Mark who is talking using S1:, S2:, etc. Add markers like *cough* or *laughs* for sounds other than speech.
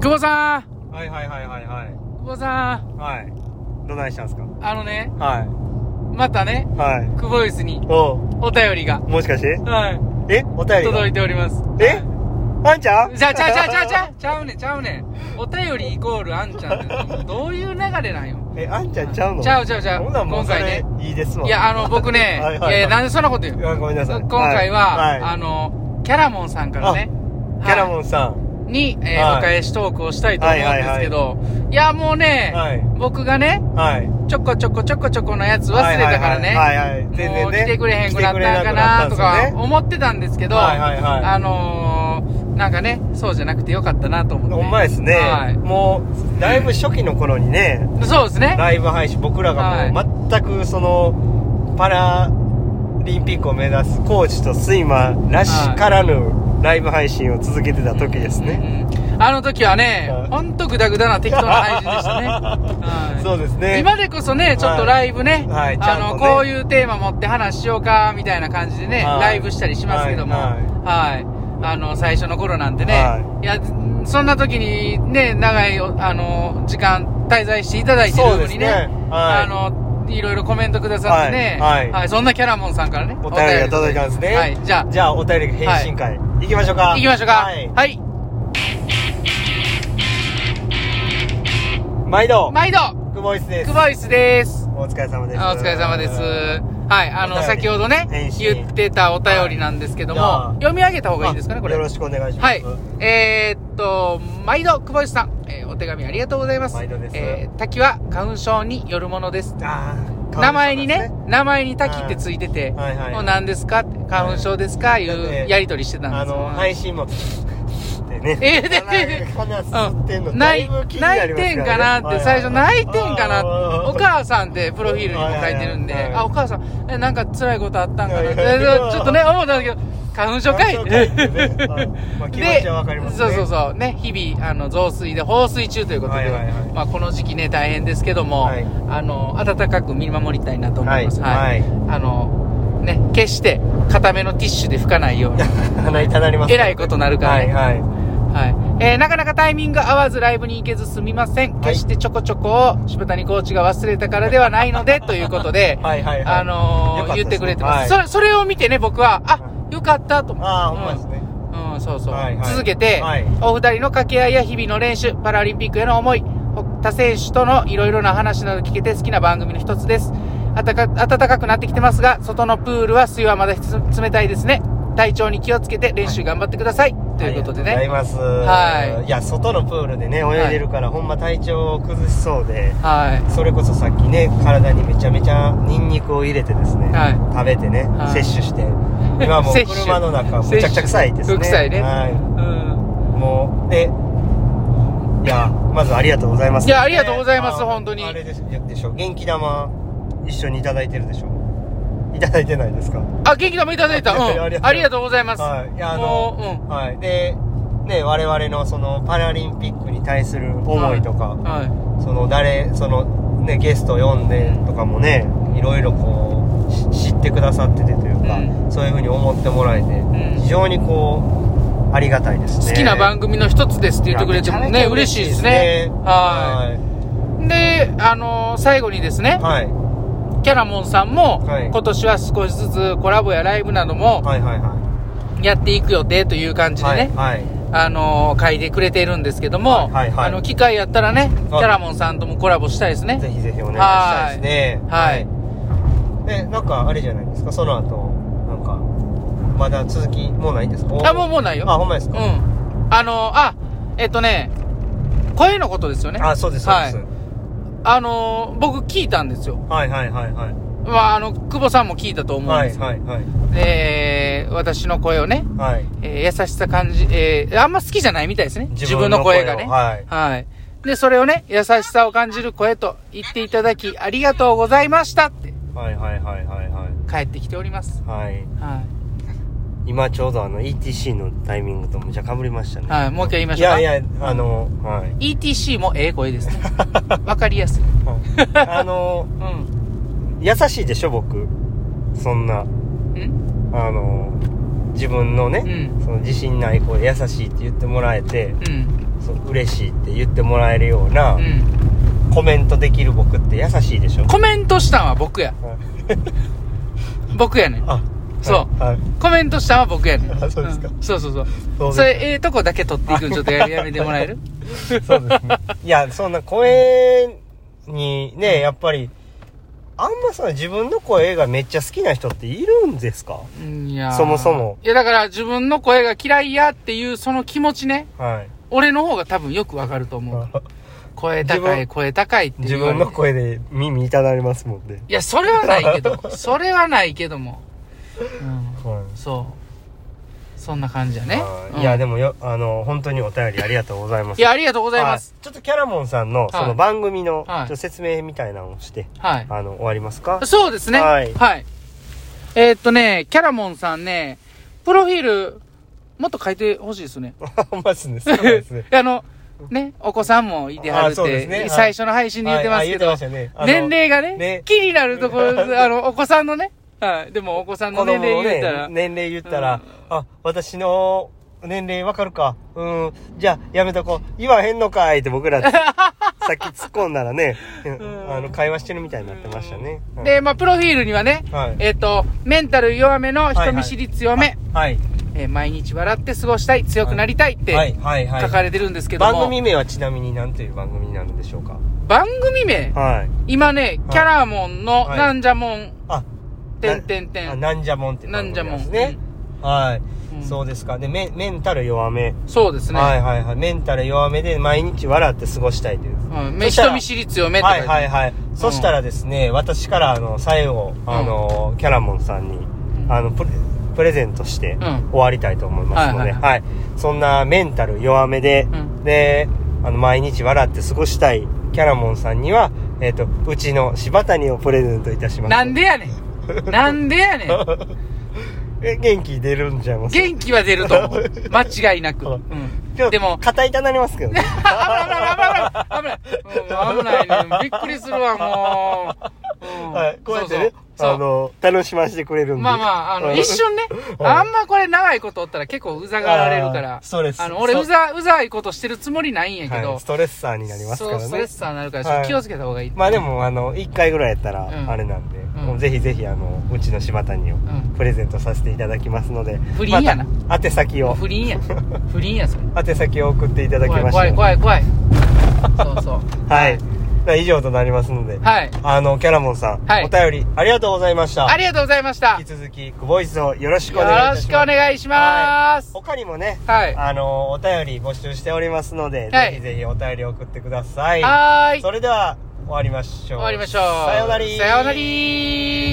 S1: 久保さん
S2: はいはいはいはいはい。
S1: 久保さん
S2: はい。どないしたんすか
S1: あのね、
S2: は
S1: またね、
S2: い。はい。
S1: 久保スに
S2: お
S1: お便りが、
S2: う、もしかして
S1: はい、
S2: えお便りが
S1: 届いております。
S2: えあんちゃん
S1: じゃあ、ちゃうちゃうちゃうちゃうちゃうねんちゃうねんお便りイコールあんちゃんって、どういう流れなんよ。
S2: *laughs* え、あんちゃんちゃうの
S1: ちゃうちゃうちゃう
S2: ほんならもう
S1: 今回ね
S2: それいいですわ。
S1: いや、あの、僕ね、
S2: *laughs* はいいはいはい
S1: や、なんでそんなこと言う
S2: いやごめんなさい。
S1: 今回は、
S2: はいはい
S1: あの、キャラモンさんからね、
S2: キャラ
S1: ン
S2: モンさん。
S1: に、えー
S2: はい
S1: お返しトークをしたいと思うんですけど、いや、もうね、
S2: はい
S1: 僕がね、
S2: はい。
S1: ちょこちょこちょこちょこのやつ忘れたからね、
S2: はいはいはいはいはい。全然ね。
S1: もう来てくれへんくなったんかなとか思ってたんですけど、
S2: はいはいはい
S1: あのー、なんかね、そうじゃなくてよかったなと思って。
S2: ほんまですね、
S1: は
S2: もうだいぶ初期の頃にね、
S1: い。そうですね。
S2: ライブ配信僕らがもう全くそのパラリンピックを目指すコーチとスイマーらしからぬライブ配信を続けてた時ですね、
S1: うんうんあの時はね
S2: は、い
S1: ほんとグダグダな適当な配信でしたね。
S2: *laughs*
S1: はい
S2: そうですね
S1: 今でこそね、ちょっとライブね、
S2: はいはいちゃんと
S1: あの、
S2: ね
S1: こういうテーマ持って話しようか、みたいな感じでね、
S2: はい
S1: ライブしたりしますけども、は。
S2: はい
S1: あの、最初の頃なんてね、、
S2: はい
S1: や、そんな時にね、長いお、あの、時間滞在していただいてるのにね、
S2: そうですねはい
S1: あの、いろいろコメントくださってね、
S2: はいはい
S1: そんなキャラモンさんからね、
S2: お便りが届いたんですね
S1: はい、じゃあ、
S2: じゃあお便り返信会、行きましょうか
S1: 行きましょうか。
S2: はい
S1: はい、
S2: 毎度
S1: 毎度
S2: クボイスです
S1: クボイスです。
S2: お疲れ様です
S1: あお疲れ様です。はい、あ
S2: お
S1: の、
S2: 便り
S1: 先ほどね
S2: 返、信
S1: 言ってたお便りなんですけども、
S2: はい
S1: 読み上げた方がいいですかね、これ。
S2: よろしくお願いします
S1: はい。えーっと、毎度、久保井さん、えーお手紙ありがとうございます。
S2: 毎度です
S1: えー滝は花粉症によるものです。
S2: あー
S1: 名前にね
S2: かわいそうです、
S1: 名前に滝ってついてて、
S2: はいはいはい
S1: もう何ですかって花粉症ですか、い
S2: だっ
S1: う
S2: て
S1: やりとりしてたん
S2: あ
S1: ですよ
S2: の配信も *laughs* ってね
S1: えーで
S2: 鼻吸ってんのだ
S1: 泣
S2: い
S1: い
S2: ぶ気にな
S1: 泣い
S2: ります
S1: てん
S2: か
S1: からな
S2: ね
S1: って最初泣いてんかな
S2: あー
S1: お母さんってプロフィールにも書いてるんで
S2: はいはいはい
S1: あお母さんえなんか辛いことあったんかな
S2: は
S1: っ
S2: い
S1: て
S2: はい
S1: えちょっとね思ったんだけど花粉症かい
S2: 花粉症かいってねはいまあ気持ちはわかりますね
S1: そうそうそうね日々あの増水で放水中ということで、
S2: はいはいはい
S1: まあ、この時期ね大変ですけども、
S2: はい
S1: あの温かく見守りたいなと思います
S2: はい
S1: あのね決して固めのティッシュで拭かないよう
S2: *laughs*
S1: に
S2: 鼻痛なります
S1: えらいことなるからね
S2: はいはい
S1: はい。えーなかなかタイミング合わずライブに行けずすみません。
S2: い
S1: 決してちょこちょこを柴谷コーチが忘れたからではないので、ということで、
S2: *laughs* はいはいはい
S1: あの
S2: よか
S1: ー、
S2: ったですね
S1: 言ってくれてます、
S2: はい
S1: それ。それを見てね、僕は、あ
S2: は、
S1: よかったと思って。
S2: ああほんまですね
S1: うん、うん、そうそう。
S2: はいはい
S1: 続けて、
S2: はい
S1: お二人の掛け合いや日々の練習、パラリンピックへの思い、他選手とのいろいろな話など聞けて好きな番組の一つです。あたか暖かくなってきてますが、外のプールは水はまだひつ冷たいですね。体調に気をつけて練習頑張ってください。ということでね。
S2: ありがとうございます
S1: はい
S2: いや外のプールでね泳いでるからほんま体調を崩しそうで
S1: はい。
S2: それこそさっきね体にめちゃめちゃニンニクを入れてですね
S1: は
S2: 食べてね
S1: はい
S2: 摂
S1: *laughs*
S2: 取して今もう
S1: 摂取
S2: 車の中めちゃくちゃ臭いですね
S1: 摂取臭いね
S2: は
S1: う
S2: いもうでいやまずありがとうございます
S1: いやありがとうございます
S2: あ
S1: 本当に
S2: あれでしょでしょ元気玉一緒にいただいてるでしょいただいてないですか
S1: ん。あ、元気玉いただいた。
S2: あ
S1: う。
S2: りがとうん
S1: ありがとうございます。
S2: はいいやあの
S1: も
S2: はい、で、ね、我々のそのパラリンピックに対す
S1: う、
S2: る
S1: うん。
S2: 思いとか、
S1: はいは
S2: その誰、そのね、ゲスト呼んでとかもね、いろいろこう、し知ってくださっててというか、
S1: う
S2: そういうふうに思ってもらえて、
S1: ん
S2: 非常にこう、ありがたいです
S1: い。
S2: ね。
S1: 好きな番組の一つですって言ってくれて
S2: い
S1: も
S2: やめち
S1: ね、
S2: ゃめちゃ
S1: 嬉しいですね。は。
S2: はい
S1: で、あのー、最後にですね
S2: い。、はい。
S1: キャラモンさんも
S2: はい、
S1: 今年は少しずつコラボやライブなども
S2: はいはいは
S1: やっていく予定という感
S2: い。
S1: じでね、
S2: はい。
S1: あのー、書いてくれているんですけども、
S2: はいはいはい
S1: あの、機会やったらね、キャラモンさんともコラボしたいです
S2: ぜ
S1: ね。
S2: ひぜひお願いしたいですね。
S1: はい
S2: はい。で、なんかあれじゃないですか、その後、なんか、まだ続き、もうないんですか
S1: あ、もうもうないよ。
S2: あ、ほんまですか、
S1: うん。あの、あ、えっとね、声のことですよね。
S2: あ、そうです、そう
S1: は
S2: で
S1: い
S2: す。。
S1: あの、僕聞いたんですよ。
S2: はい、はい、はい、はい。
S1: まあ、あの、久保さんも聞いたと思うん
S2: は
S1: で
S2: い、
S1: すよ。
S2: はい、はい。
S1: えー私の声をね、
S2: はい。
S1: えー優しさ感じ、えーあんま好きじゃないみたいですね。自分の声がね。
S2: はい。
S1: はい。で、それをね、優しさを感じる声と言っていただき、ありがとうございましたって
S2: はい、はい、はい、はい、はい。
S1: 帰ってきております。
S2: はい。
S1: は
S2: 今ちょうどあの ETC のタイミングとむちゃかぶりましたね。
S1: い。はい、もう一回言いま
S2: い
S1: しょうか。
S2: やいや、あの、はい。
S1: ETC もええ声
S2: *laughs*
S1: ですね。わかりやすい。
S2: あの、
S1: うん。
S2: 優しいでしょ、僕。そんな、
S1: ん
S2: あの、自分のね、
S1: うん
S2: その自信ない子優しいって言ってもらえて、
S1: うん
S2: そう嬉しいって言ってもらえるような、
S1: うん
S2: コメントできる僕って優しいでしょ
S1: コメントしたんは僕や
S2: はい
S1: 僕やねん
S2: あ
S1: そう
S2: はい、はい
S1: コメントしたんは僕やねん
S2: あそうですか
S1: んそうそうそう
S2: そうです
S1: それええとこだけ取っていくんちょっとややめてもらえ
S2: *laughs*
S1: る
S2: そうですね。いや、そんな声にね、やっぱり、あんまさ、自分の声がめっちゃ好きな人っているんですか
S1: うんいやー
S2: そもそも
S1: いやだから自分の声が嫌いやっていうその気持ちね
S2: はい。
S1: 俺の方が多分よくわかると思う声
S2: 自
S1: 高い
S2: 分
S1: 声高いって
S2: 自
S1: 言われ
S2: 分
S1: て
S2: の声で耳痛なりますもんね。
S1: いやそれはないけどそれはないけどもうん
S2: は
S1: そうそんな感じや
S2: い。
S1: ね
S2: は
S1: う
S2: い
S1: ん
S2: いや、でもよ、あの、本当にお便りありがとうございます。
S1: いやありがとうご
S2: ご
S1: ざいます。
S2: ちょっとキャラモンさんの、そ
S1: は
S2: の
S1: い
S2: 番組の、ち
S1: は
S2: ょ
S1: い
S2: っと説明みたいなのをして、
S1: はい
S2: あの、終わりますか *laughs*
S1: そうですね。
S2: は
S1: はいい。えーっとね、キャラモンさんね、プロフィール、もっと書いてほしいですね。。
S2: ほんまっすね。そうですね
S1: *laughs* あの、ね、お子さんもいてはるっ
S2: あそうです
S1: て、
S2: ねはい
S1: 最初の配信で言ってますけど、
S2: はいあ言ってましたねあの
S1: 年齢がね
S2: ね
S1: 気になるとこ
S2: *laughs*
S1: ろ、あの、お子さんのね、はい。でもお子さんの
S2: 子
S1: 年齢
S2: 供の
S1: 言っ
S2: ね
S1: たら、、
S2: 年齢言ったら、あ、私の年齢わかるか。うん、じゃあやめとこう。言わへんのかいって僕
S1: *laughs*
S2: ら、さっき突っ込んだらね、
S1: ん
S2: あの、会話してるみたいになってましたね。うん
S1: で、、まあ、プロフィールにはね、
S2: はい
S1: えーっと、メンタル弱めの人見知り強め、
S2: はい。
S1: えー毎日笑って過ごしたい、強くなりたいって、
S2: はい、はい、はい。
S1: 書かれてるんですけども、
S2: 番組名はちなみに何という番組になるんでしょうか
S1: 番組名
S2: はい。
S1: 今ね、キャラモンの
S2: はい
S1: なんじゃもん、
S2: あ、
S1: てんてんて
S2: あ
S1: ん。
S2: なんじゃもんっていう番組なんです
S1: なん
S2: ね
S1: じ。
S2: はい、
S1: うん
S2: そうですか。で、メンメンタル弱め。
S1: そうですね。
S2: はいはいはい。メンタル弱めで毎日笑って過ごしたいという。
S1: うん、
S2: そしたら
S1: 人見知り強めって書い
S2: は
S1: て
S2: い
S1: る
S2: はいはい、そしたらですね私からあの最後あの、キャラモンさんに
S1: ん
S2: あのプレプレゼントして
S1: ん
S2: 終わりたいと思いますの
S1: は
S2: で、
S1: い
S2: は
S1: はいいは
S2: そんなメンタル弱めで、
S1: うん
S2: であの毎日笑って過ごしたいキャラモンさんには、えっとうちの柴谷をプレゼントいたします
S1: なんでやねん。なんでやねん。
S2: *laughs* え元気出るんちゃいます
S1: 元気は出ると思う。間違いな
S2: *laughs*
S1: く。うん
S2: ちょっと
S1: でも、
S2: 肩痛なりますけどね
S1: 危ない危ない危ない。危ない。うん危ないね。びっくりするわ、もう。うん
S2: *laughs* はい、こうやってね
S1: そうそう
S2: あの楽しませてくれるんで
S1: まあまあ、あ
S2: う
S1: の、
S2: ん
S1: 一瞬ね、
S2: *laughs* はい
S1: あんまこれ長いことおったら結構うざがられるか
S2: あー
S1: ら、
S2: そうです
S1: あの、俺
S2: そう
S1: うざ、うざいことしてるつもりないんやけ
S2: はい、
S1: ど
S2: ス、トレッサーになります
S1: そ
S2: から
S1: う、
S2: ね
S1: ストレッサーになるから、
S2: はい
S1: 気をつけた方がいい。
S2: まあでもあの1回ぐらいやった
S1: うん
S2: らあれなんで、
S1: ん
S2: もうぜひぜひあのうちの柴谷を
S1: ん
S2: プレゼントさせていただきますので、
S1: 不倫やな
S2: また宛先を
S1: 不倫
S2: *laughs*
S1: や。不倫や、それ。
S2: 宛先を送っていただきま
S1: 怖
S2: した
S1: い怖い怖い怖い。そうそう。
S2: *laughs* はい、以上となりますので、
S1: はい。
S2: あのキャラモンさん、
S1: はい
S2: お便りありがとうございました
S1: ありがとうございました。
S2: 引
S1: よ
S2: き続きクボイスをよろしくお願いい
S1: ろ
S2: た
S1: し
S2: し
S1: くお
S2: ます
S1: 願いします。
S2: 他にもね
S1: はい。
S2: あのお便り募集しておりますので、
S1: はい
S2: ぜひぜひお便り送ってください
S1: はーい。
S2: それでは終わりましょう
S1: 終わりましょう。
S2: さようなら
S1: さようなら